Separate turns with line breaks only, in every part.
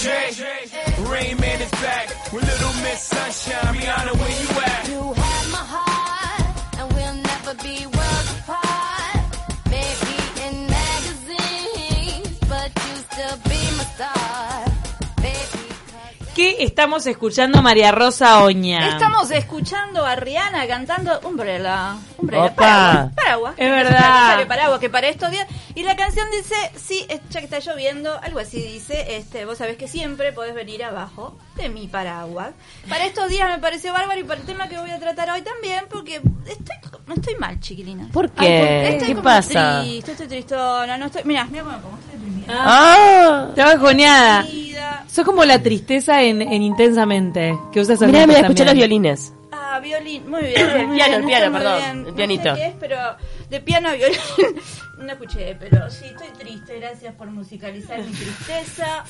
Jay, Rain Man is back with Little Miss Sunshine. Rihanna, where you at?
You have my heart, and we'll never be worlds apart. Maybe in magazines, but you still be my star. Baby, 'cause
¿Qué estamos escuchando, María Rosa Oña?
Estamos escuchando a Rihanna cantando Umbrella. Umbrella,
Opa.
paraguas. paraguas.
Es
Entonces,
verdad.
para usar el paraguas que para estos días. Y la canción dice, sí, es- ya que está lloviendo, algo así dice, este, vos sabés que siempre podés venir abajo de mi paraguas. Para estos días me pareció bárbaro y para el tema que voy a tratar hoy también, porque estoy, no estoy mal, chiquilina.
¿Por
Ay,
qué?
porque estoy
¿Qué
como
pasa?
Triste, estoy tristona, no estoy... Mirá, mirá cómo me pongo, estoy deprimida.
¡Ah!
Estaba bajoneada.
Deprimida.
Sos como la tristeza en, en Intensamente, que usas
Mirá,
Ernesto
mirá, escuché los
también.
violines.
Ah, violín, muy bien.
El
muy
piano, el
bien,
piano,
está muy
perdón,
bien.
el pianito.
No sé qué es, pero de piano a violín no escuché, pero sí, estoy triste. Gracias por musicalizar mi tristeza.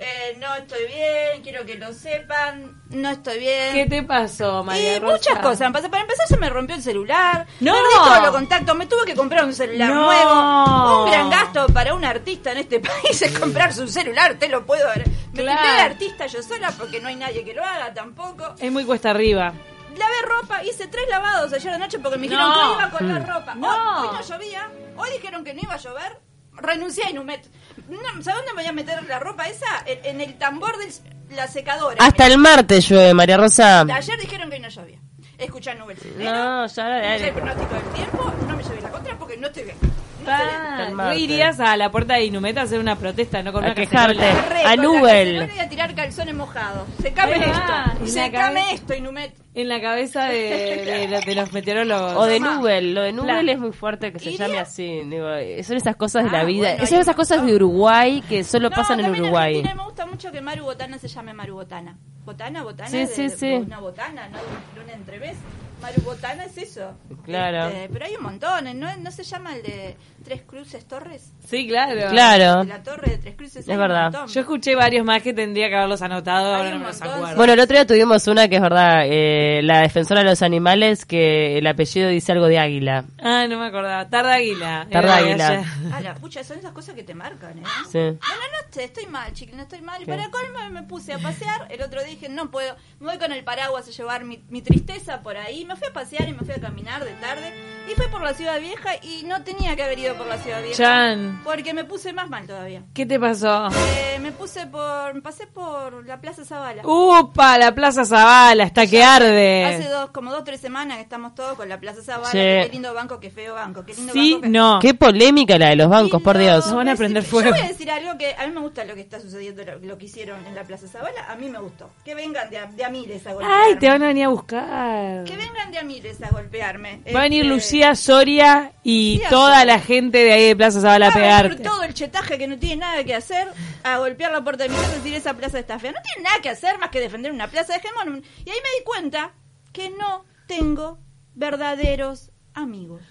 Eh, no estoy bien, quiero que lo sepan. No estoy bien.
¿Qué te pasó, María
Eh,
y
Rosa?
muchas cosas. me pasó. Para empezar, se me rompió el celular.
No.
Perdí todos los contactos. Me tuve que comprar un celular
No.
nuevo. Un gran gasto para un artista en este país es comprarse un celular. Te lo puedo. Me
Claro.
quité de artista yo sola porque no hay nadie que lo haga tampoco.
Es muy cuesta arriba.
Lavé ropa, hice tres lavados ayer de noche porque me dijeron
No.
que iba a colgar ropa.
No.
Hoy, hoy no llovía, hoy dijeron que no iba a llover, renuncié a Inumet. No, ¿Sabes dónde me voy a meter la ropa esa? En, en el tambor de la secadora.
Hasta el martes llueve, María Rosa.
Mirá, Ayer dijeron que hoy no llovía. Escuchá nubes.
No, ya ahora
Escuchá el
dale.
pronóstico del tiempo, no me llevé la contra porque no estoy bien. No estoy bien.
Ah,
Calmate.
¿no irías a la puerta de Inumeta a hacer una protesta, no con
A
una
quejarte.
cacerola?
Corre,
A
con la
Nubel.
cacerola y a tirar calzones mojados. Secame
Ahí va,
esto.
y la
Secame
cabeza.
esto, Inumet.
En la cabeza de, de lo- de los meteorólogos.
O de
Tomá.
Nubel, lo de Nubel
La-
es muy fuerte que se
¿Iría?
llame así. digo, eh, son esas cosas de
Ah,
la vida,
bueno,
son
hay un
esas cosas de
montón.
Uruguay que solo
No,
pasan en
también
Uruguay.
Argentina, me gusta mucho que Maru Botana se llame Maru Botana. ¿Botana? ¿Botana?
Sí,
de-
sí,
de
sí.
Una botana, no de un entrevés. Maru Botana es eso.
Claro.
Este, pero hay un montón, ¿no? ¿No se llama el de Tres Cruces Torres?
Sí, claro.
Claro.
La torre de Tres Cruces.
Es
hay un
verdad.
montón.
Yo escuché varios más que tendría que haberlos anotado,
Hay
ahora
un
no me los
montón,
acuerdo.
Bueno, el otro día tuvimos una que es verdad, eh, la defensora de los animales, que el apellido dice algo de águila.
Ah, no me acordaba. Tarda Águila. Era
Tarda
de
Águila.
ayer.
Ah, la pucha, son esas cosas que te marcan, ¿eh?
Sí.
Bueno, no sé, estoy mal, chiqui, no estoy mal. Y para colmo me puse a pasear. El otro día dije, no puedo. Me voy con el paraguas a llevar mi, mi tristeza por ahí. Me fui a pasear y me fui a caminar de tarde. Y fui por la Ciudad Vieja y no tenía que haber ido por la Ciudad Vieja.
Chan.
Porque me puse más mal todavía.
¿Qué te pasó?
Eh, me puse por. me pasé por la Plaza Zavala.
Uh, Upa, la Plaza Zavala, está que
Hace
arde.
dos, como dos, tres semanas que estamos todos con la Plaza Zavala.
Sí.
Qué lindo banco, qué feo banco. Qué lindo
Sí,
banco. que-
no.
Qué polémica la de los bancos, por Dios.
Nos van a
Messi,
prender
yo
fuego.
voy a decir algo que a mí me gusta lo que está sucediendo, lo, lo que hicieron en la Plaza Zavala. A mí me gustó. Que vengan de a, de a miles a golpearme.
Ay, te van a venir a buscar.
Que vengan de a miles a golpearme.
Va a venir
Este,
Lucía Soria y
Lucía
toda
Soria. Ah,
la gente de ahí de Plaza Zavala
Va
a
a venir
pegarte.
todo el chetaje que no tiene nada que hacer a golpear la puerta de mi casa y decir esa plaza está fea. No tiene nada que hacer más que defender una plaza de hegemón. Y ahí me di cuenta que no tengo verdaderos amigos.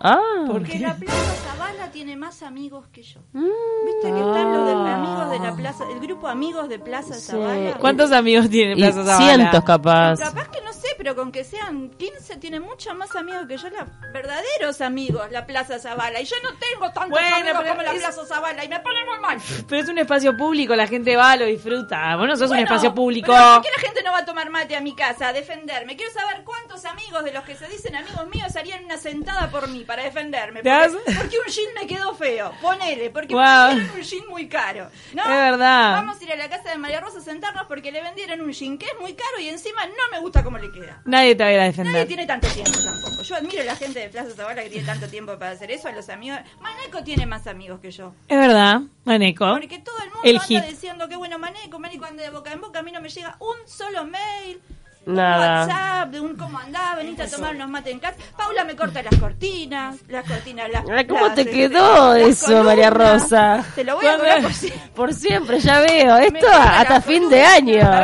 Ah,
Porque la Plaza Zavala tiene más amigos que yo.
Mm.
¿Viste que están los de-
Ah.
amigos de la Plaza, el grupo Amigos de Plaza Zavala?
¿Cuántos amigos tiene
y
Plaza Zavala?
cientos capaz.
Capaz que no sé, pero con que sean 15 tiene mucho más amigos que yo, la, verdaderos amigos, la Plaza Zavala. Y yo no tengo tantos
Bueno,
amigos
pero
como la
es-
Plaza Zavala y me pone muy mal.
Pero es un espacio público, la gente va, lo disfruta. Vos no sos
Bueno,
un espacio público.
pero ¿Por qué la gente no va a tomar mate a mi casa a defenderme? Quiero saber cuántos amigos de los que se dicen amigos míos harían una sentada por mí para defenderme.
¿Te
Porque,
das?
porque un jean me quedó feo. Ponele, porque
Guau.
me vendieron un jean muy caro. ¿no?
Es verdad.
Vamos a ir a la casa de María Rosa a sentarnos porque le vendieron un jean que es muy caro y encima no me gusta cómo le queda.
Nadie te va a ir a
Nadie
defender.
tiene tanto tiempo tampoco. Yo admiro a la gente de Plaza Zavala que tiene tanto tiempo para hacer eso, a los amigos. Maneco tiene más amigos que yo.
Es verdad, Maneco.
Porque todo el mundo
El
anda
hit.
diciendo que bueno, Maneco, Maneco anda de boca en boca, a mí no me llega un solo mail.
Nada.
Un WhatsApp de un cómo andás, veniste a tomar unos mates en casa. Paula me corta las cortinas, las cortinas, las.
Ay, ¿Cómo
las,
te
este,
quedó
las
eso, María
columnas.
Rosa?
Te lo voy a cobrar por si.
Por siempre, ya veo. Esto
cortan las
hasta fin de
Pará,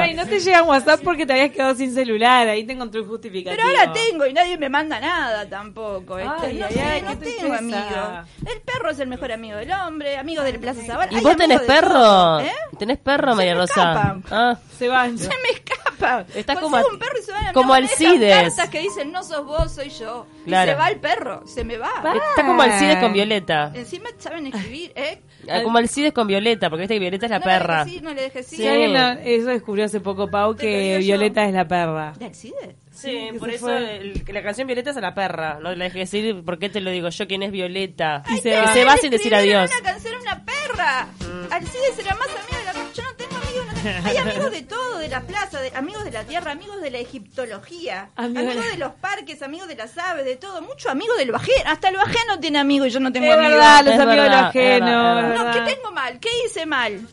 y
año.
no te llega WhatsApp porque te habías quedado sin celular, ahí te encontré un justificativo.
Pero ahora tengo y nadie me manda nada tampoco. este,
Ay,
no
ay,
sé,
ay,
no
qué
tengo
tristeza.
amigos. El perro es el mejor amigo del hombre, amigo del Plaza Zavala.
¿Y
Hay
vos
amigos
tenés
de
perro?
todo, ¿eh?
¿Tenés perro, María
me
Rosa?
escapan.
Ah,
Se van.
Se me escapa. culpa.
Está como
Consigo
a-
un perro y se van a la
como
mierda,
al
dejan
Cides.
cartas que dicen no sos vos, soy yo.
Claro.
Y se va el perro, se me va.
Va.
Está como Alcides con Violeta.
Encima saben escribir, ¿eh?
Ah, Como Alcides con Violeta, porque viste que Violeta es la
no
perra.
Le dejes ir, no le dejes ir.
Sí.
Si alguien lo- eso descubrió hace poco Pau
Te lo
que
digo yo.
Violeta es la perra.
¿De Alcides?
Sí,
que
por
se
eso
fue.
el- la canción Violeta es a la perra. No le dejes decir por qué te lo digo yo, quién es Violeta.
Y
Y
se
se,
va.
va sin decir adiós.
Una canción una perra. Alcides era más amiga de la Yo no tengo amigos. no tengo- Hay amigos de todo, de la plaza, de- amigos de la tierra, amigos de la egiptología,
Amigo
amigos
de-
de los parques, amigos de las aves, de todo. Mucho amigo de lo ajeno. Hasta lo ajeno tiene amigos y yo no tengo
es
amigos.
verdad, los
Es
amigos de lo
verdad, es
ajeno.
verdad,
es
es
No, ¿qué
verdad.
tengo mal? ¿Qué hice mal?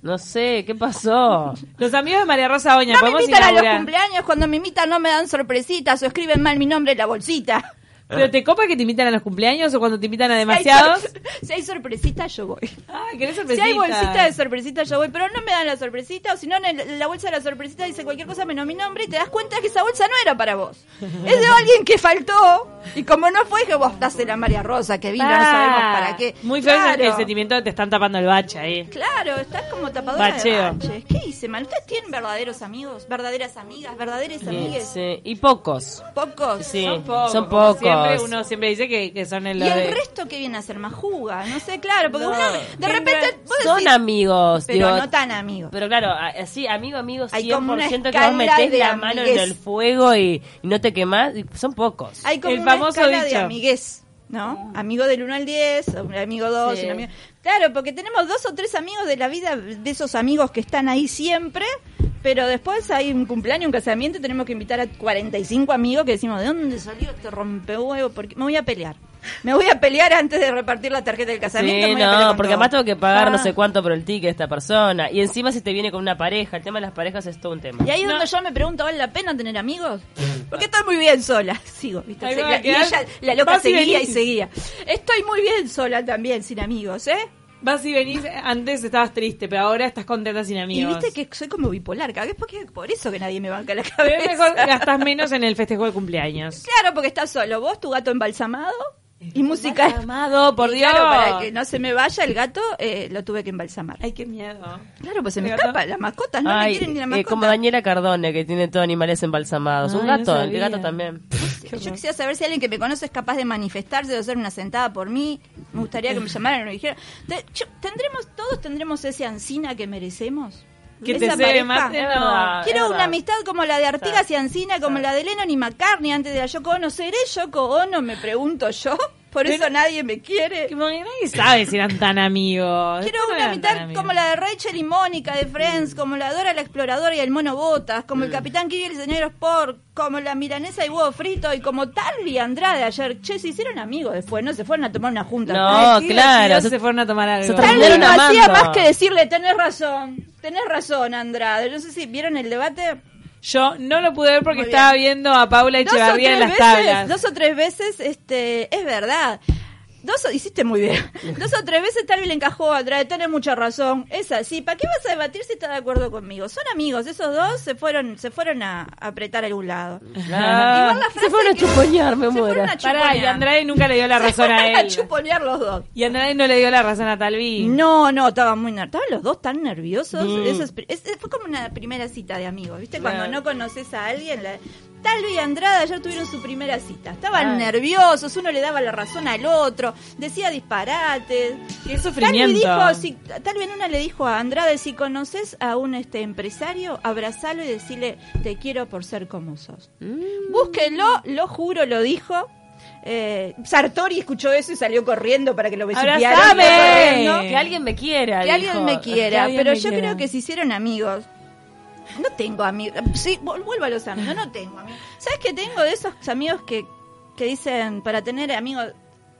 No sé, ¿qué pasó?
Los amigos de María Rosa Oña,
No me
podemos
invitan a los
inaugurar?
cumpleaños, cuando me invitan no me dan sorpresitas o escriben mal mi nombre en la bolsita.
¿Pero te copa que te invitan a los cumpleaños o cuando te invitan a
Si hay
demasiados?
sor- Si hay sorpresitas, yo voy.
Ay, querés
Si
sorpresita.
hay bolsita de sorpresita, yo voy, pero no me dan la sorpresita, o si no, en el- en la bolsa de la sorpresita dice cualquier cosa menos mi nombre y te das cuenta que esa bolsa no era para vos. Es de alguien que faltó y como no fue, que vos dásela a María Rosa, que vino, no sabemos
Ah,
para qué.
Muy feo
Claro.
el sentimiento de te están tapando el bache ahí.
Claro, estás como tapadora
Bacheo.
de baches. ¿Qué hice mal? ¿Ustedes tienen verdaderos amigos, verdaderas amigas, verdaderos amigues?
Sí, y pocos.
Pocos.
Sí,
Son pocos.
son
como
pocos.
Siempre uno siempre dice que, que son el...
Y el resto que viene a ser más juga, no sé, claro, porque
No.
uno de
En
repente
real-
vos
Son
decís,
amigos,
pero
digo,
no tan amigos.
Pero claro, a- así, amigo, amigo,
Hay como una
100% que vos
escala
metés
de
la mano en
amigues.
el fuego y, y no te quemás, y son pocos.
Hay como
El
una
famoso
escala de
dicho.
amiguez, ¿no? Amigo del 1 al 10, un amigo 2,
Sí.
un amigo... Claro, porque tenemos dos o tres amigos de la vida, de esos amigos que están ahí siempre, pero después hay un cumpleaños, un casamiento, y tenemos que invitar a 45 amigos que decimos, ¿de dónde salió este rompehuevo? Porque me voy a pelear. Me voy a pelear antes de repartir la tarjeta del casamiento. me
Sí,
voy a pelear
no,
con
porque
todos.
además tengo que pagar no
Ah.
sé cuánto por el ticket de esta persona. Y encima si te viene con una pareja, el tema de las parejas es todo un tema.
Y ahí es donde yo me pregunto, ¿vale la pena tener amigos? Porque estoy muy bien sola. Sigo, ¿viste?
Ah. Ahí
Se-
va,
la, y
quedás-
ella, la loca
vas y
seguía y
venís.
seguía. Estoy muy bien sola también, sin amigos, ¿eh?
Vas y venís, antes estabas triste, pero ahora estás contenta sin amigos.
Y viste que soy como bipolar, cada vez porque por eso que nadie me banca la
Pero es
cabeza.
mejor gastas menos en el festejo de cumpleaños.
Claro, porque estás solo. Vos, tu gato embalsamado y música.
Amado, por
Y
Dios.
claro, para que no se me vaya el gato, eh, lo tuve que embalsamar.
Ay, qué miedo.
Claro, pues se me
¿El gato?
escapa. Las mascotas no
Ay,
me quieren ni la
eh,
mascota.
como Daniela Cardone, que tiene todos animales embalsamados. un
Ay, no
gato, el
sabía.
gato también.
Yo quisiera saber si alguien que me conoce es capaz de manifestarse, de hacer una sentada por mí. Me gustaría que me llamaran y me dijeran. Te- yo- ¿Tendremos, todos tendremos ese ancina que merecemos?
Que
Esa
te cede
pareja.
más. Es verdad,
Quiero
es
una
verdad.
amistad como la de Artigas y Ancina, como
Sí.
la de Lennon y McCartney antes de la Yoko Ono. ¿Seré Yoko Ono? Me pregunto yo. Por eso
Pero-
nadie me quiere.
Como que nadie sabe si eran tan amigos.
Quiero
Después no
una
eran tan
amistad
amigos.
como la de Rachel y Mónica de Friends, como la Dora la Exploradora y el Mono Botas, como el Capitán Kirby y el Señor Sport, como la Milanesa y Huevo Frito y como Talvi Andrade ayer. Che, se hicieron amigos después, no se fueron a tomar una junta.
No,
Ay, qué
claro,
divertidos
se-
Se fueron a tomar algo.
se
Talvi
terminaron
no hacía
amando.
más que decirle, tenés razón, tenés razón Andrade. No sé si vieron el debate.
Yo no lo pude ver porque
Muy bien.
estaba viendo a Paula
Dos o,
Echevarría
tres
en las
veces,
tablas.
dos o tres veces, este, es verdad. Dos o- hiciste muy bien. Dos o tres veces Talvi le encajó a Andrade, tenés mucha razón. Es así. ¿Para qué vas a debatir si estás de acuerdo conmigo? Son amigos, esos dos se fueron, se fueron a, a apretar a algún lado.
Ah,
Igual la frase
se fueron a
que-
chuponear, me
se fueron
muero.
a chuponear.
Pará, y Andrade nunca le dio la
Se
razón
fueron
a
a
él.
chuponear los dos.
Y Andrade no le dio la razón a Talvi.
No, no, estaban muy ner- estaban los dos tan nerviosos.
Mm.
Eso es pri- es- es- fue como una primera cita de amigos, ¿viste? Cuando
Claro.
no conoces a alguien, la- Tal y Andrade ayer tuvieron su primera cita. Estaban nerviosos, uno le daba la razón al otro, decía disparates.
Qué
Tal vez
sufrimiento.
dijo, si, tal vez una le dijo a Andrade, si conoces a un este empresario, abrazalo y decirle, te quiero por ser como sos.
Mm.
Búsquenlo, lo juro, lo dijo. Eh, Sartori escuchó eso y salió corriendo para que lo besuquearan.
¡Abrazame!
Corriendo.
Que alguien me quiera.
Que alguien
dijo.
me quiera,
alguien me
pero yo
quiera.
creo que se hicieron amigos. No tengo amigos. Sí, vol- vuelvo a los amigos, no tengo amigos. ¿Sabes qué tengo de esos amigos que, que dicen para tener amigos?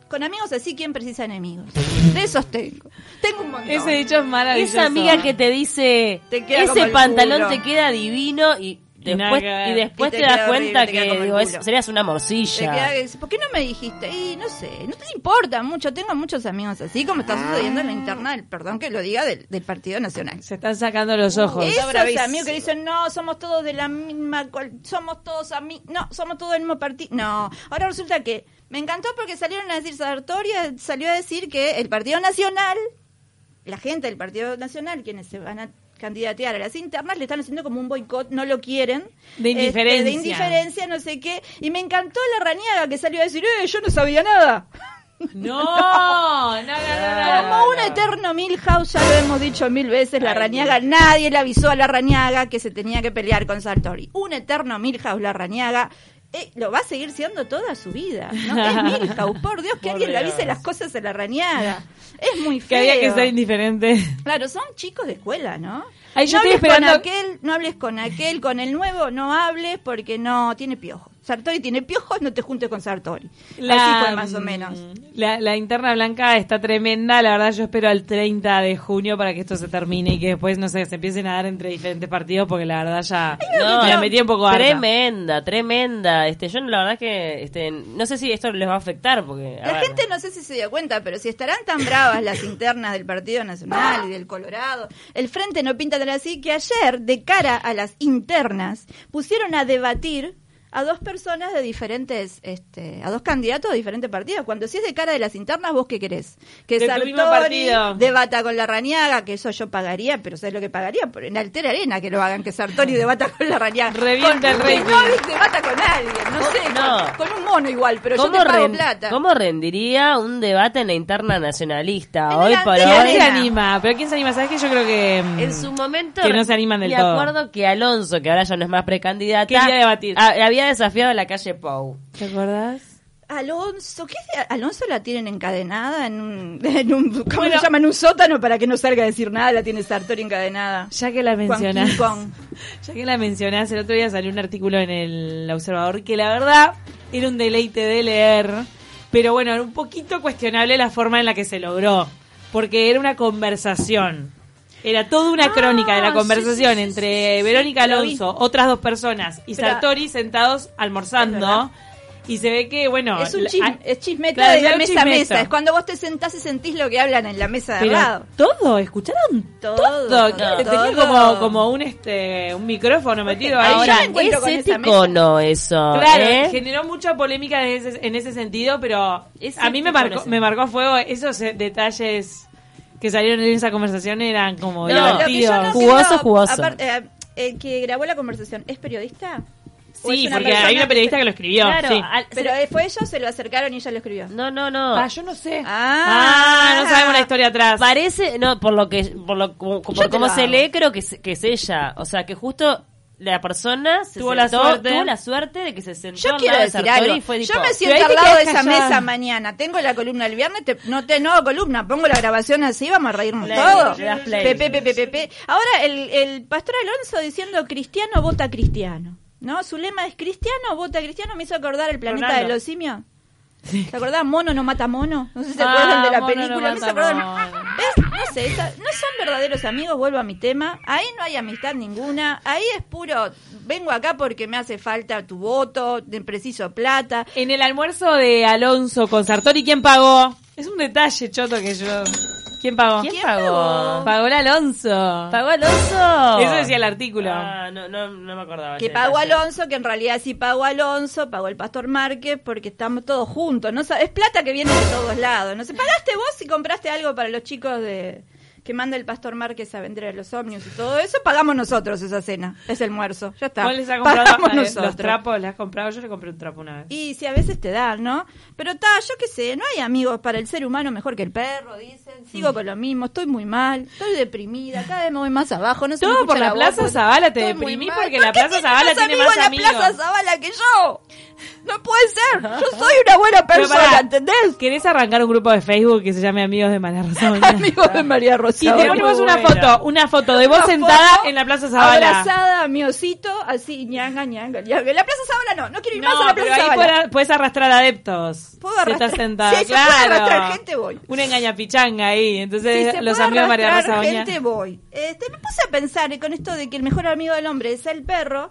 Con amigos así, ¿quién precisa enemigos? De esos tengo. Tengo un montón.
Ese dicho es maravilloso.
Esa amiga que te dice,
Te queda como
ese
el
pantalón
culo".
te queda divino y
nada que
después,
ver.
y después
Y te
te,
queda
das
horrible,
cuenta
te queda como
que
el
digo, es-
culo.
serías una
Te queda
morcilla.
que decir, ¿Por qué no me dijiste? Y no sé, no te importa mucho. Tengo muchos amigos así, como está sucediendo en la interna, del- perdón que lo diga, del, del Partido Nacional.
Se están sacando los ojos.
Esos amigos que dicen, no, somos todos de la misma, col- somos todos amigos, no, somos todos del mismo partido. No, ahora resulta que me encantó porque salieron a decir, Sartori salió a decir que el Partido Nacional la gente del Partido Nacional, quienes se van a candidatear a las internas, le están haciendo como un boicot, no lo quieren.
De
Este,
indiferencia.
de indiferencia, no sé qué. Y me encantó la raniaga que salió a decir, ¡eh, yo no sabía nada!
No, no, no, no, no.
Como un eterno Milhouse, ya lo hemos dicho mil veces, la Rañaga, nadie le avisó a la Rañaga que se tenía que pelear con Sartori. Un eterno Milhouse, la Rañaga. eh, lo va a seguir siendo toda su vida. ¿no? Es Milhouse, por Dios, que
Por
alguien le
Dios.
avise las cosas a la Rañaga. Es muy feo.
Que había que ser indiferente.
Claro, son chicos de escuela, ¿no?
Ay, yo estoy
no hables
esperando-
con aquel, no hables con aquel, con el nuevo, no hables porque no tiene piojo. Sartori tiene piojos, no te juntes con Sartori. Así fue más o menos.
mm, La, la interna blanca está tremenda. La verdad, yo espero al 30 de junio para que esto se termine y que después, no sé, se empiecen a dar entre diferentes partidos porque la verdad ya
No,
me la metí un poco harta.
Tremenda, tremenda. Este, yo la verdad que este, no sé si esto les va a afectar porque a
La
Ah,
ver,
gente no sé si se dio cuenta, pero si estarán tan bravas las internas del Partido Nacional y del Colorado, el frente no pinta tan así que ayer, de cara a las internas, pusieron a debatir a dos personas de diferentes, este, a dos candidatos de diferentes partidos. Cuando si es de cara de las internas, vos qué querés? Que
De tu
Sartori
mismo partido.
debata con la Raniaga, que eso yo pagaría, pero ¿sabes lo que pagaría? Por en Alter Arena que lo hagan, que Sartori debata con la Raniaga.
Revienta el
con,
rating.
Novick debata con alguien, no sé,
No.
Con, con un mono igual, pero yo te pago
ren-
plata.
cómo rendiría un debate en la interna nacionalista
En
hoy
la
por
antena.
hoy?
¿Quién se
Arena.
anima? ¿Pero quién se anima? ¿Sabes que Yo creo que. mm,
En su momento.
Que no se animan del
me
todo.
acuerdo que Alonso, que ahora ya no es más precandidata.
Quería debatir.
a- había desafiado a la calle Pou.
¿Te acordás?
Alonso, ¿qué es? Alonso la tienen encadenada en un, en un ¿cómo
Bueno.
se llama? En un sótano para que no salga a decir nada, la tiene Sartori encadenada.
Ya que la mencionás.
Juan Quincón.
Ya que la mencionás, el otro día salió un artículo en el Observador que la verdad era un deleite de leer, pero bueno, era un poquito cuestionable la forma en la que se logró, porque era una conversación. Era toda una
Ah,
crónica de la
sí,
conversación
sí, sí,
entre
sí, sí,
Verónica
lo vi.
Alonso, otras dos personas y
Pero-
Sartori sentados
Es verdad.
almorzando. Y se ve que, bueno.
es un
la- ah,
chisme, es chismeta
Claro,
de
era
la
un
mesa a
chismeto.
mesa. Es cuando vos te sentás y sentís lo que hablan en la mesa de al
Pero
lado.
todo, ¿escucharon?
Todo,
Todo.
todo.
Tenía como, como un, este, un micrófono metido ahí.
ahí
Ahora,
me encuentro
¿es
con esa
ético o
mesa.
no eso?
Claro,
eh?
generó mucha polémica en ese, en ese sentido, pero
Ese
a mí me
tipo
marcó,
ese.
me marcó a fuego esos eh, detalles que salieron en esa conversación eran como
No,
Lo que yo
divertidos.
no
Jugoso,
quiero-
jugoso.
aparte, eh, el que grabó la conversación, ¿es periodista? ¿O es
sí,
una
porque
persona
hay una periodista que lo escribió.
Claro,
sí.
al-
Pero eh, fue ellos, se lo acercaron y ella lo escribió.
no, no, no.
Ah, yo no sé.
Ah.
Ah, no sabemos la historia atrás.
Parece, no, por lo que, por lo, como- por
te
cómo
lo
se
hago.
lee, creo que es, que es ella. O sea, que justo la persona se
Tuvo la
sentó-
suerte.
tuvo la suerte de que se sentó
Yo
al
quiero
lado de
decir
Sartori
algo.
y fue tipo,
Yo me
Pero
siento
ahí
al
te
lado de
quedás
esa
callada.
mesa mañana. Tengo la columna el viernes, te- no tengo columna. Pongo la grabación así, vamos a reírnos
Play,
todos.
le das play.
Pepe, pepe, pepe. Ahora el, el pastor Alonso diciendo cristiano vota cristiano. ¿No? Su lema es cristiano vota cristiano. Me hizo acordar el planeta
Ronaldo.
de los simios. ¿Te acordás? Mono no mata mono. No sé si se
Ah,
acuerdan de la
mono no
película. No
mata
se acuerdan.
mono.
¿Ves? No sé, esa- no son verdaderos amigos, vuelvo a mi tema. Ahí no hay amistad ninguna. Ahí es puro, vengo acá porque me hace falta tu voto, te preciso plata.
En el almuerzo de Alonso con Sartori, ¿quién pagó? Es un detalle choto que yo. ¿Quién pagó?
¿Quién pagó?
Pagó el Alonso.
¿Pagó Alonso?
Eso decía el artículo.
Ah, no, no, no me acordaba.
Que
ese
pagó
detalle.
Alonso, que en realidad sí pagó Alonso, pagó el Pastor Márquez, porque estamos todos juntos. No sa- es plata que viene de todos lados. No sé, pagaste vos si compraste algo para los chicos de que manda el Pastor Márquez a vender a los ómnibus y todo eso. Pagamos nosotros esa cena, ese almuerzo. Ya está.
¿Vos les ha comprado
Pagamos
eh, los
nosotros.
trapos? ¿Le has comprado? Yo le compré un trapo una vez.
Y si a veces te dan, ¿no? Pero ta, yo qué sé, no hay amigos para el ser humano mejor que el perro, dicen.
Mm.
Sigo con lo mismo, estoy muy mal, estoy deprimida, cada vez me voy más abajo. No se me
Todo por
escucha
la
voz,
Plaza
porque
Zavala, te
estoy muy
deprimí
mal.
porque
¿Por
la
qué
Plaza Zavala tiene más amigos? Ah.
la Plaza Zavala que yo? No puede ser, yo soy una buena
Pero
persona,
pará,
¿entendés?
¿Querés arrancar un grupo de Facebook que se llame Amigos de Mala Razón?
Amigos de María
Ah, Y
Rosario.
te ponemos una foto, una foto de vos
Una
sentada
foto
en la Plaza Zavala.
Abrazada a mi osito, así, ñanga, ñanga, ñanga. La Plaza Zavala no, no quiero ir más a
No,
la
pero
Plaza
ahí
Zavala.
pueda- puedes arrastrar adeptos.
Puedo
Si
arrastrar-
estás sentada,
si se puede
claro.
arrastrar gente, voy.
Una engañapichanga ahí.
Si
Entonces,
se
los
puede
amigos de María Rosa
arrastrar
Oña.
gente voy. Este, me puse a pensar con esto de que el mejor amigo del hombre es el perro.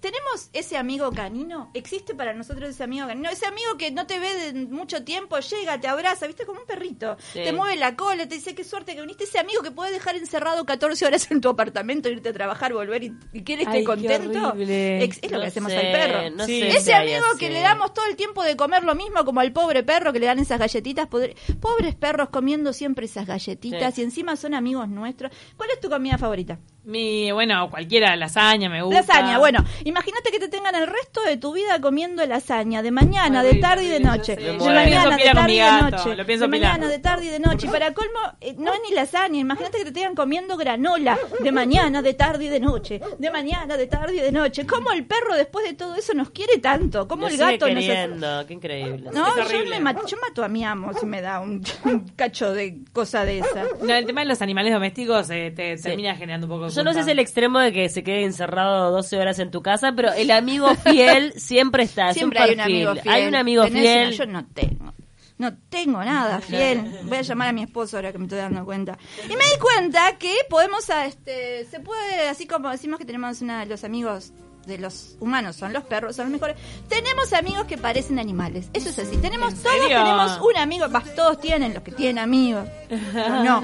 ¿Tenemos ese amigo canino? ¿Existe para nosotros ese amigo canino? Ese amigo que no te ve de mucho tiempo, llega, te abraza, viste, como un perrito.
Sí.
Te mueve la cola, te dice qué suerte que viniste. Ese amigo que puede dejar encerrado 14 horas en tu apartamento, irte a trabajar, volver y, y que él esté
Ay, qué
este contento.
horrible.
Ex- es lo
No
que hacemos
sé,
al perro.
no
Sí.
sé si
Ese
hay
amigo que
así.
le damos todo el tiempo de comer lo mismo como al pobre perro que le dan esas galletitas. podre- Pobres perros comiendo siempre esas galletitas
Sí.
y encima son amigos nuestros. ¿Cuál es tu comida favorita?
Mi, bueno, cualquiera, lasaña me gusta.
Lasaña, bueno, imagínate que te tengan el resto de tu vida comiendo lasaña, de mañana, de
Horrible,
tarde y de
horrible,
noche.
ya sé.
De
Yo lo
pienso
mañana, de
pila con
tarde y
mi
de
gato,
noche.
lo pienso
De
pila.
mañana, de tarde y de noche. Y Para colmo, eh, no es ni lasaña, imagínate que te tengan comiendo granola, de mañana, de tarde y de noche. De mañana, de tarde y de noche. ¿Cómo el perro después de todo eso nos quiere tanto? ¿Cómo
Nos
el
sigue
gato nos hace-
queriendo, qué increíble.
No,
Es
yo,
horrible.
me mat- yo mato a mi amo si me da un, un cacho de cosa de esa.
No, el tema de los animales domésticos eh, te termina generando un poco de
Yo no sé
culpa.
si es el extremo de que se quede encerrado 12 horas en tu casa, pero el amigo fiel siempre está. es
Siempre
un
hay un
perfil.
amigo fiel.
Hay un amigo
Tenés
fiel.
una- yo no tengo. No tengo nada fiel. Voy a llamar a mi esposo ahora que me estoy dando cuenta. Y me di cuenta que podemos, a, este, se puede, así como decimos que tenemos una los amigos de los humanos, son los perros, son los mejores. Tenemos amigos que parecen animales. Eso es así. Tenemos todos
serio?
tenemos un amigo, bah, todos tienen los que tienen amigos. No, no.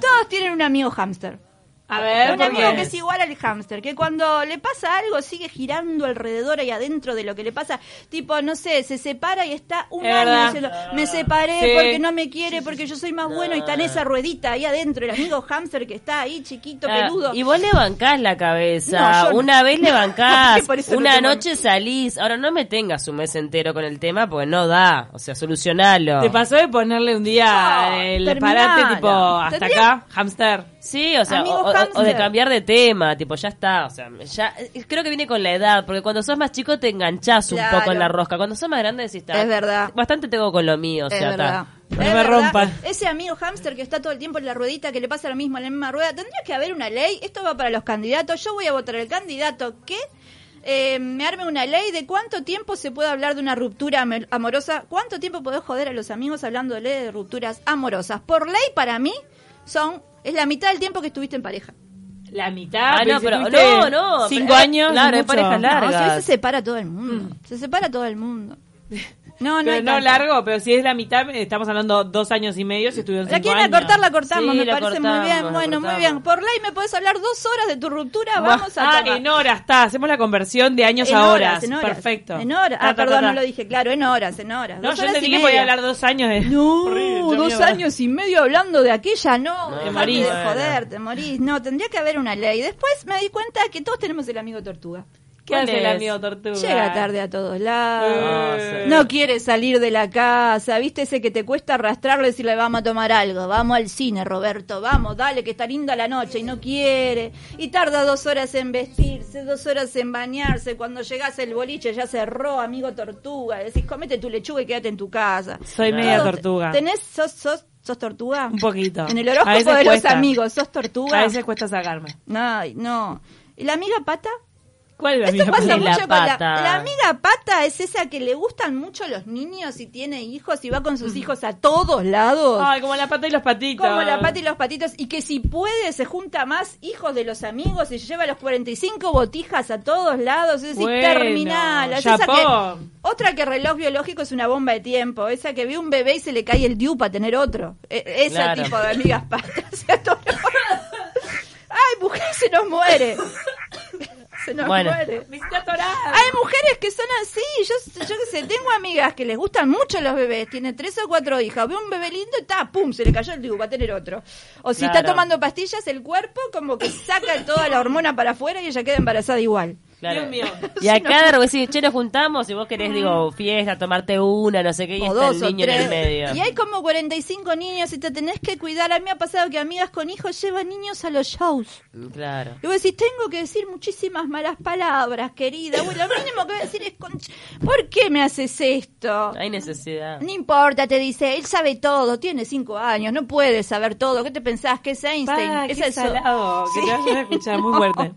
todos tienen un amigo hámster.
A ver,
un
¿por
amigo
qué?
que es igual al hámster, que cuando le pasa algo sigue girando alrededor y adentro de lo que le pasa. Tipo, no sé, se separa y está un
Es
año
verdad.
diciendo, me separé
Sí.
porque no me quiere, porque yo soy más bueno y está en esa ruedita ahí adentro, el amigo hámster que está ahí chiquito,
Ah,
peludo.
y vos le bancás la cabeza.
No, yo no.
una vez le bancás.
Por eso no
una
tengo
noche salís. Ahora no me tengas un mes entero con el tema porque no da. O sea, solucionalo.
¿Te pasó de ponerle un día
No,
el
terminalo.
parate tipo hasta
Tendría-
acá, hamster?
Sí, o sea,
Amigo
o, o- o de
hámster.
cambiar de tema, tipo, ya está, o sea, ya, eh, creo que viene con la edad, porque cuando sos más chico te enganchás un
Claro.
poco en la rosca, cuando sos más grande decís, está,
Es verdad.
bastante tengo con lo mío, o
Es
sea,
verdad.
está.
No
Es
me
verdad.
rompan.
Ese amigo hámster que está todo el tiempo en la ruedita, que le pasa lo mismo en la misma rueda, tendría que haber una ley. Esto va para los candidatos. Yo voy a votar al candidato que eh, me arme una ley de cuánto tiempo se puede hablar de una ruptura am- amorosa. ¿Cuánto tiempo podés joder a los amigos hablándole de rupturas amorosas? Por ley, para mí, son es la mitad del tiempo que estuviste en pareja.
La mitad.
Ah, no,
si
pero-
tuviste
no, no,
Cinco
pero- eh,
años.
claro, hay
mucho.
parejas
No,
largas.
si hoy se
Largas.
separa todo el mundo. Se separa todo el mundo. No, no,
Pero
hay
no
tanto.
largo, pero si es la mitad, estamos hablando dos años y medio, si estuvieron
La
cinco
quieren
años.
acortar, la cortamos,
Sí,
me
la
parece
cortamos,
muy bien.
la
Bueno, muy
cortamos.
bien. Por ley me podés hablar dos horas de tu ruptura, vamos a
Ah,
tomar.
en horas, está. Hacemos la conversión de años
En
a
horas,
horas.
en horas.
Perfecto.
En horas.
Ta, ta,
Ah,
ta,
perdón,
ta.
no lo dije, claro, en horas, en horas.
No,
dos
yo
horas
entendí
y
que
media.
podía hablar dos años de.
No,
Horrible,
dos
mierda.
años y medio hablando de aquella, no,
No,
dejate
morís.
de joder, te morís. No, tendría que haber una ley. Después me di cuenta que todos tenemos el amigo tortuga.
¿Qué hace el
¿Cuál es?
amigo tortuga?
Llega tarde a todos lados.
Eh.
No quiere salir de la casa, viste ese que te cuesta arrastrarlo y decirle vamos a tomar algo, vamos al cine Roberto, vamos, dale que está linda la noche y no quiere. Y tarda dos horas en vestirse, dos horas en bañarse, cuando llegás el boliche ya cerró, amigo tortuga, decís comete tu lechuga y quédate en tu casa.
Soy media
Todos-
tortuga.
¿Tenés, sos, sos, sos tortuga?
Un poquito.
En el
A
horóscopo
veces
de los
cuesta.
amigos, sos tortuga.
A veces cuesta sacarme.
Ay, no. ¿Y la amiga pata?
¿Cuál es la
Esto
amiga
pasa
pata?
tortuga?
mucho
La
con la-
pata.
La, amiga pata es esa que le gustan mucho los niños y tiene hijos y va con sus hijos a todos lados.
Ay, como la pata y los patitos.
como la pata y los patitos. Y que si puede se junta más hijos de los amigos y lleva los 45 botijas a todos lados. Es decir,
Bueno,
terminal. Es esa
chapó.
que- otra que reloj biológico es una bomba de tiempo. Esa que ve un bebé y se le cae el diu para tener otro. E- ese
Claro.
tipo de amigas patas. Ay, mujer, se nos muere. Se nos
Bueno.
muere.
Me hiciste atorar.
Hay mujeres que son así. Yo, yo qué sé, tengo amigas que les gustan mucho los bebés. Tiene tres o cuatro hijas. Ve un bebé lindo y ta, pum, se le cayó el digo, va a tener otro. O si está
Claro.
tomando pastillas, el cuerpo como que saca toda la hormona para afuera y ella queda embarazada igual.
Claro.
Dios mío.
Y acá de repente decís, che, nos juntamos, y vos querés, digo, fiesta, tomarte una, no sé qué, y
O
está
dos
el
o
niño en
tres.
el medio.
Y hay como 45 niños y te tenés que cuidar. A mí me ha pasado que amigas con hijos llevan niños a los shows.
Claro.
Y vos decís, tengo que decir muchísimas malas palabras, querida. Bueno, lo mínimo que voy a decir es, "Conch- ¿por qué me haces esto?
Hay necesidad.
No importa, te dice, él sabe todo, tiene cinco años, no puede saber todo. ¿Qué te pensás? ¿Que es Einstein?
Pa,
es
qué
eso.
salado, que te vayas a escuchar muy fuerte.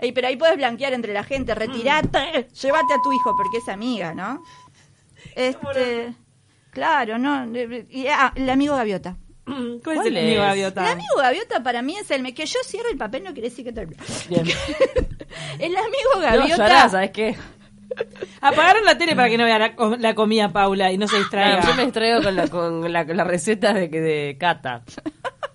Ey, pero ahí puedes blanquear entre la gente, retirate,
Mm.
llévate a tu hijo porque es amiga, ¿no? Este, claro, no. eh, Y, ah, el amigo gaviota.
¿Cuál, es
¿Cuál
el
es?
amigo
El
gaviota?
amigo gaviota para mí es el que yo cierro el papel, no quiere decir que termine.
Bien.
El amigo
No,
gaviota.
llorás,
¿eh?
¿sabes qué?
Apagaron la tele para que no vea la, com- la comida Paula y
Ah,
no se distraiga.
No, yo me distraigo con la, con la, con la receta de, que- de Cata.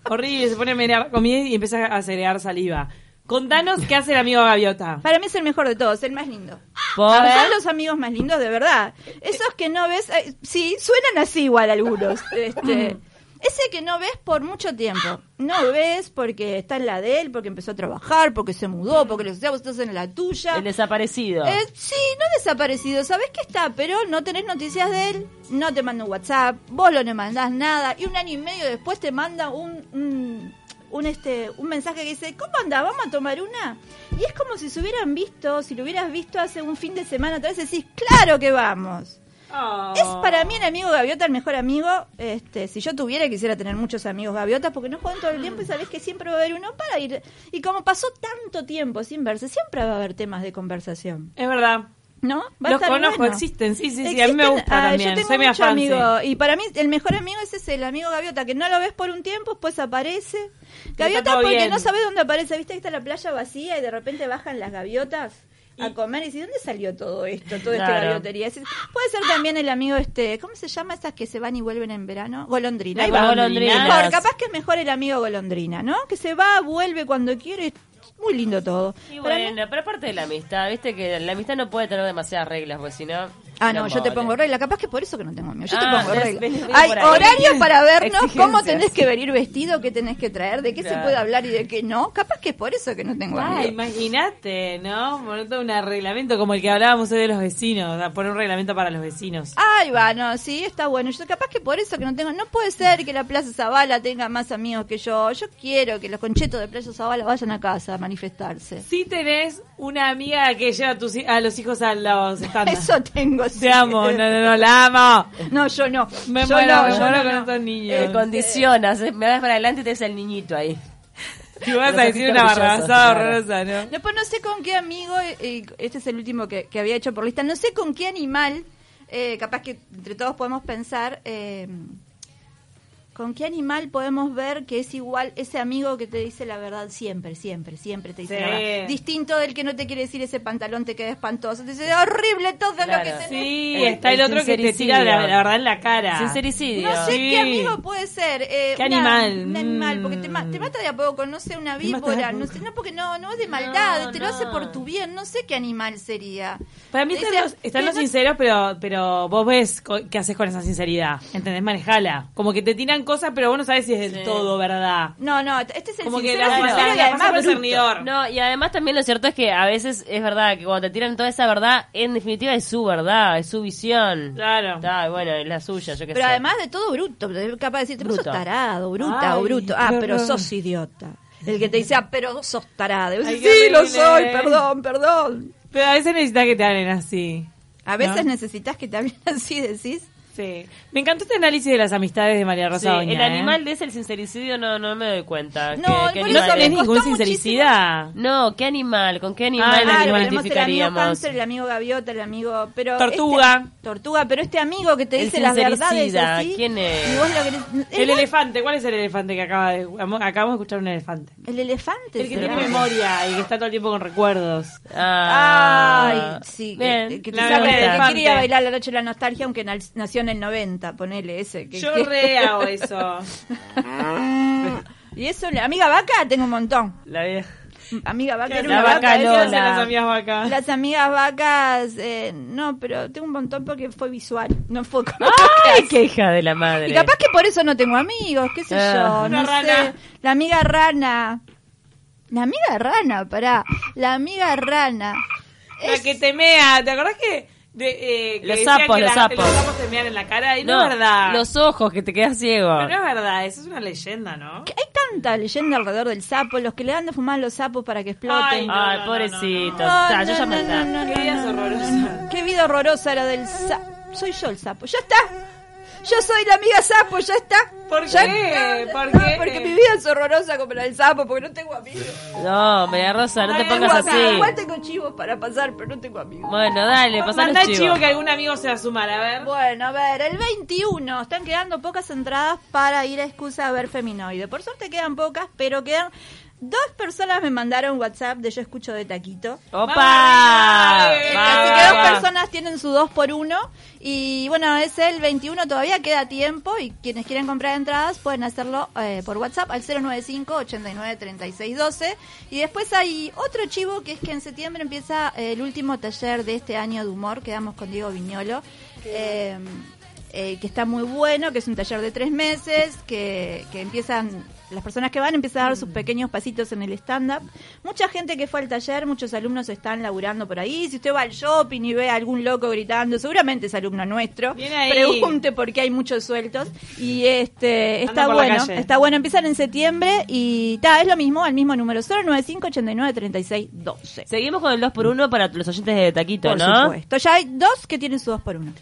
Horrible, se pone a mirar comida y empieza a cerear saliva. Contanos qué hace el amigo gaviota.
Para mí es el mejor de todos, el más lindo.
Por-
Son los amigos más lindos, de verdad. Esos que no ves, eh, sí, suenan así igual algunos. Este, ese que no ves por mucho tiempo. No ves porque está en la de él, porque empezó a trabajar, porque se mudó, porque lo que sea, vos estás en la tuya.
El desaparecido.
Eh, sí, no desaparecido. Sabés que está, pero no tenés noticias de él, no te manda un WhatsApp, vos no le mandás nada. Y un año y medio después te manda un, un, un, este, un mensaje que dice: ¿Cómo andás? ¿Vamos a tomar una? Y es como si se hubieran visto, si lo hubieras visto hace un fin de semana atrás, decís: ¡Claro que vamos! Es
Oh.
para mí el amigo gaviota el mejor amigo. Este, si yo tuviera quisiera tener muchos amigos gaviotas porque no juegan todo el tiempo y sabés que siempre va a haber uno para ir. Y como pasó tanto tiempo sin verse, siempre va a haber temas de conversación,
Es verdad.
¿no? Va a
Los
estar
conozco,
bueno.
existen, sí, sí, sí. A mí me
Existen-
gusta
ah,
también.
Yo tengo
Soy mega
mucho
fan. sí.
amigo y para mí el mejor amigo es ese, el amigo gaviota que no lo ves por un tiempo, después aparece. Gaviota
todo
porque
bien.
no sabes dónde aparece, viste que está la playa vacía y de repente bajan las gaviotas. A comer y decís, ¿dónde salió todo esto? Toda esta
Claro.
gaviotería. Decís, Puede ser también el amigo este, ¿cómo se llama esas que se van y vuelven en verano? Golondrina. Ahí
Las
va.
golondrinas.
Mejor, capaz que es mejor el amigo golondrina, ¿no? Que se va, vuelve cuando quiere. Muy lindo todo.
Y
Para mí-
bueno, pero aparte de la amistad, viste que la amistad no puede tener demasiadas reglas, porque si no.
Ah, no, yo te
mole.
pongo regla. Capaz que por eso que no tengo amigos. Yo
Ah,
te pongo
ves,
regla.
ven, ven
Hay
por ahí.
horarios para vernos, cómo
Exigencias.
tenés que venir vestido, qué tenés que traer, de qué se
Claro.
puede hablar y de qué no. Capaz que es por eso que no tengo
Ah,
amigos.
imagínate, ¿no? Poner todo un reglamento como el que hablábamos hoy de los vecinos. o sea, Poner un reglamento para los vecinos.
Ay, va, no, sí, está bueno. Yo capaz que por eso que no tengo... No puede ser que la Plaza Zavala tenga más amigos que yo. Yo quiero que los conchetos de Plaza Zavala vayan a casa a manifestarse.
Si tenés una amiga que lleva a, tus hi- a los hijos a los estándares.
Eso tengo. sí.
Te amo, no, no, no, la amo.
No, yo no.
Me
Yo
muero,
no,
me
yo
muero
no,
con
no.
estos niños.
Eh, condicionas, eh, me das para adelante y te es el niñito ahí.
Si vas a
los
decir
ojitos
una
brillosos,
barrabasada
claro.
horrorosa, ¿no?
Después no sé con qué amigo, eh, este es el último que, que había hecho por lista, no sé con qué animal, eh, capaz que entre todos podemos pensar, eh, con qué animal podemos ver que es igual ese amigo que te dice la verdad siempre, siempre, siempre te dice
Sí.
la verdad. Distinto del que no te quiere decir ese pantalón te queda espantoso, te dice horrible todo lo
Claro.
que tenés.
Sí,
El-
está el,
el
otro que te tira la,
sincericidio.
la verdad en la cara.
Sincericidio.
Ah. No sé
Sí.
qué amigo puede ser. eh,
¿Qué
una-
animal?
Un animal, porque te, ma-
Mm.
te mata de a poco, no sé, una
Te mata de a
víbora,
poco.
no sé, no porque no, no es de maldad,
No,
te lo hace
no.
por tu bien, no sé qué animal sería.
Para mí están
Dice,
los, están
que
los
no-
sinceros, pero, pero vos ves co- qué haces con esa sinceridad. ¿Entendés? Manejala. Como que te tiran cosas, pero vos no sabés si es del
Sí.
todo verdad.
No, no, este es el
Como que
sincero,
la-
sincero
la-
y
la
además
pasa por
bruto.
cernidor.
No, y además también lo cierto es que a veces es verdad que cuando te tiran toda esa verdad, en definitiva es su verdad, es su visión.
Claro.
Ah, bueno, es la suya, yo qué
Pero
sé.
además de todo bruto, es capaz de decirte, vos sos
Bruto.
tarado, bruta
Ay,
o bruto. Ah,
qué
pero
horror.
sos idiota. El que te dice, ah, pero vos sos tarada. Y vos
Ay,
decís, sí,
qué
lo
horrible.
soy, perdón, perdón.
Pero a veces necesitas que te hablen así.
A veces
¿No?
necesitas que te hablen así, decís.
Sí. Me encantó este análisis de las amistades de María
Sí,
Rosa Doña,
el
¿eh?
animal de ese, el sincericidio, no, no me doy cuenta.
No,
¿Qué- qué
por
¿No
animal
eso me
es?
tenés ningún
costó
sincericiada?
No, ¿qué animal? ¿Con qué
Ah,
animal
el
nos
animal.
tenemos el amigo
identificaríamos?
cáncer, el amigo gaviota, el amigo... Pero
Tortuga.
este- tortuga, pero este amigo que te
El
dice las verdades
sincericida,
así...
¿quién es?
y vos lo querés-
El
el,
elefante. ¿Cuál es el elefante que acaba de... Acabamos de escuchar un elefante.
el elefante.
El que
será.
tiene memoria y que está todo el tiempo con recuerdos.
Ah,
Ay, sí,
bien,
que, que te
la
saca
verdad,
de- que
elefante.
quería bailar la noche de la nostalgia, aunque nal- nació en el 90, ponele ese. que-
Yo
que-
re hago eso.
Y eso, la amiga vaca, tengo un montón.
La vieja.
Amiga vaca,
Claro,
era
La
una
vaca
vaca,
¿qué
Lola.
hacen las amigas vacas?
Las amigas vacas, eh, no, pero tengo un montón porque fue visual, no fue con
Ay, qué hija de la madre.
Y capaz que por eso no tengo amigos, qué sé
Ah.
yo,
Una
no
rana.
sé. La amiga rana. La amiga rana, pará. La amiga rana.
La que te mea, ¿te acordás que? De, eh, que
Los
decían
sapos,
que
los sapos.
Los sapos te mean en la cara y no, es verdad.
Los ojos que te quedas ciego.
Pero no es verdad, eso es una leyenda, ¿no?
Que Hay tanta leyenda alrededor del sapo, los que le dan de fumar a los sapos para que
Ay,
exploten.
no,
Ay,
no,
pobrecito.
no, no. No,
Está, yo Ah, ya
no,
me está.
no, no,
Qué vidas horrorosas.
Qué vida horrorosa la del sapo. Soy yo el sapo. Ya está. Yo soy la amiga sapo, ya está.
¿Por
Ya
qué?
está.
¿Por
No,
qué?
porque mi vida es horrorosa como la del sapo, porque no tengo amigos.
No, María Rosa, no te
María
pongas
Rosa,
así.
Igual tengo chivos para pasar, pero no tengo amigos.
Bueno, dale, pasá
Manda
los
el chivo
chivos.
que algún amigo se va a sumar, a ver.
Bueno, a ver, el 21. Están quedando pocas entradas para ir a excusa a ver Feminoide. Por suerte quedan pocas, pero quedan. Dos personas me mandaron WhatsApp de Yo Escucho de Taquito.
¡Opa!
Vamos arriba, dale.
Va,
Así
va,
que dos
va.
personas tienen su 2 por 1 y bueno, es el 21, todavía queda tiempo y quienes quieren comprar entradas pueden hacerlo eh, por WhatsApp al 095 89 36 12 y después hay otro chivo que es que en septiembre empieza eh, el último taller de este año de humor, quedamos con Diego Viñolo. eh, eh, que está muy bueno, que es un taller de tres meses, que, que empiezan, las personas que van empiezan a dar
Mm.
sus pequeños pasitos en el stand-up. Mucha gente que fue al taller, muchos alumnos están laburando por ahí. Si usted va al shopping y ve a algún loco gritando, seguramente es alumno nuestro.
Bien ahí.
Pregunte por qué hay muchos sueltos. Y este
Anda
está
por la
bueno,
calle.
está bueno. Empiezan en septiembre y ta, es lo mismo, al mismo número, 095 89 36 12.
Seguimos con el 2 por 1 para los oyentes de Taquito,
Por
¿no?
supuesto, ya hay dos que tienen su dos por uno.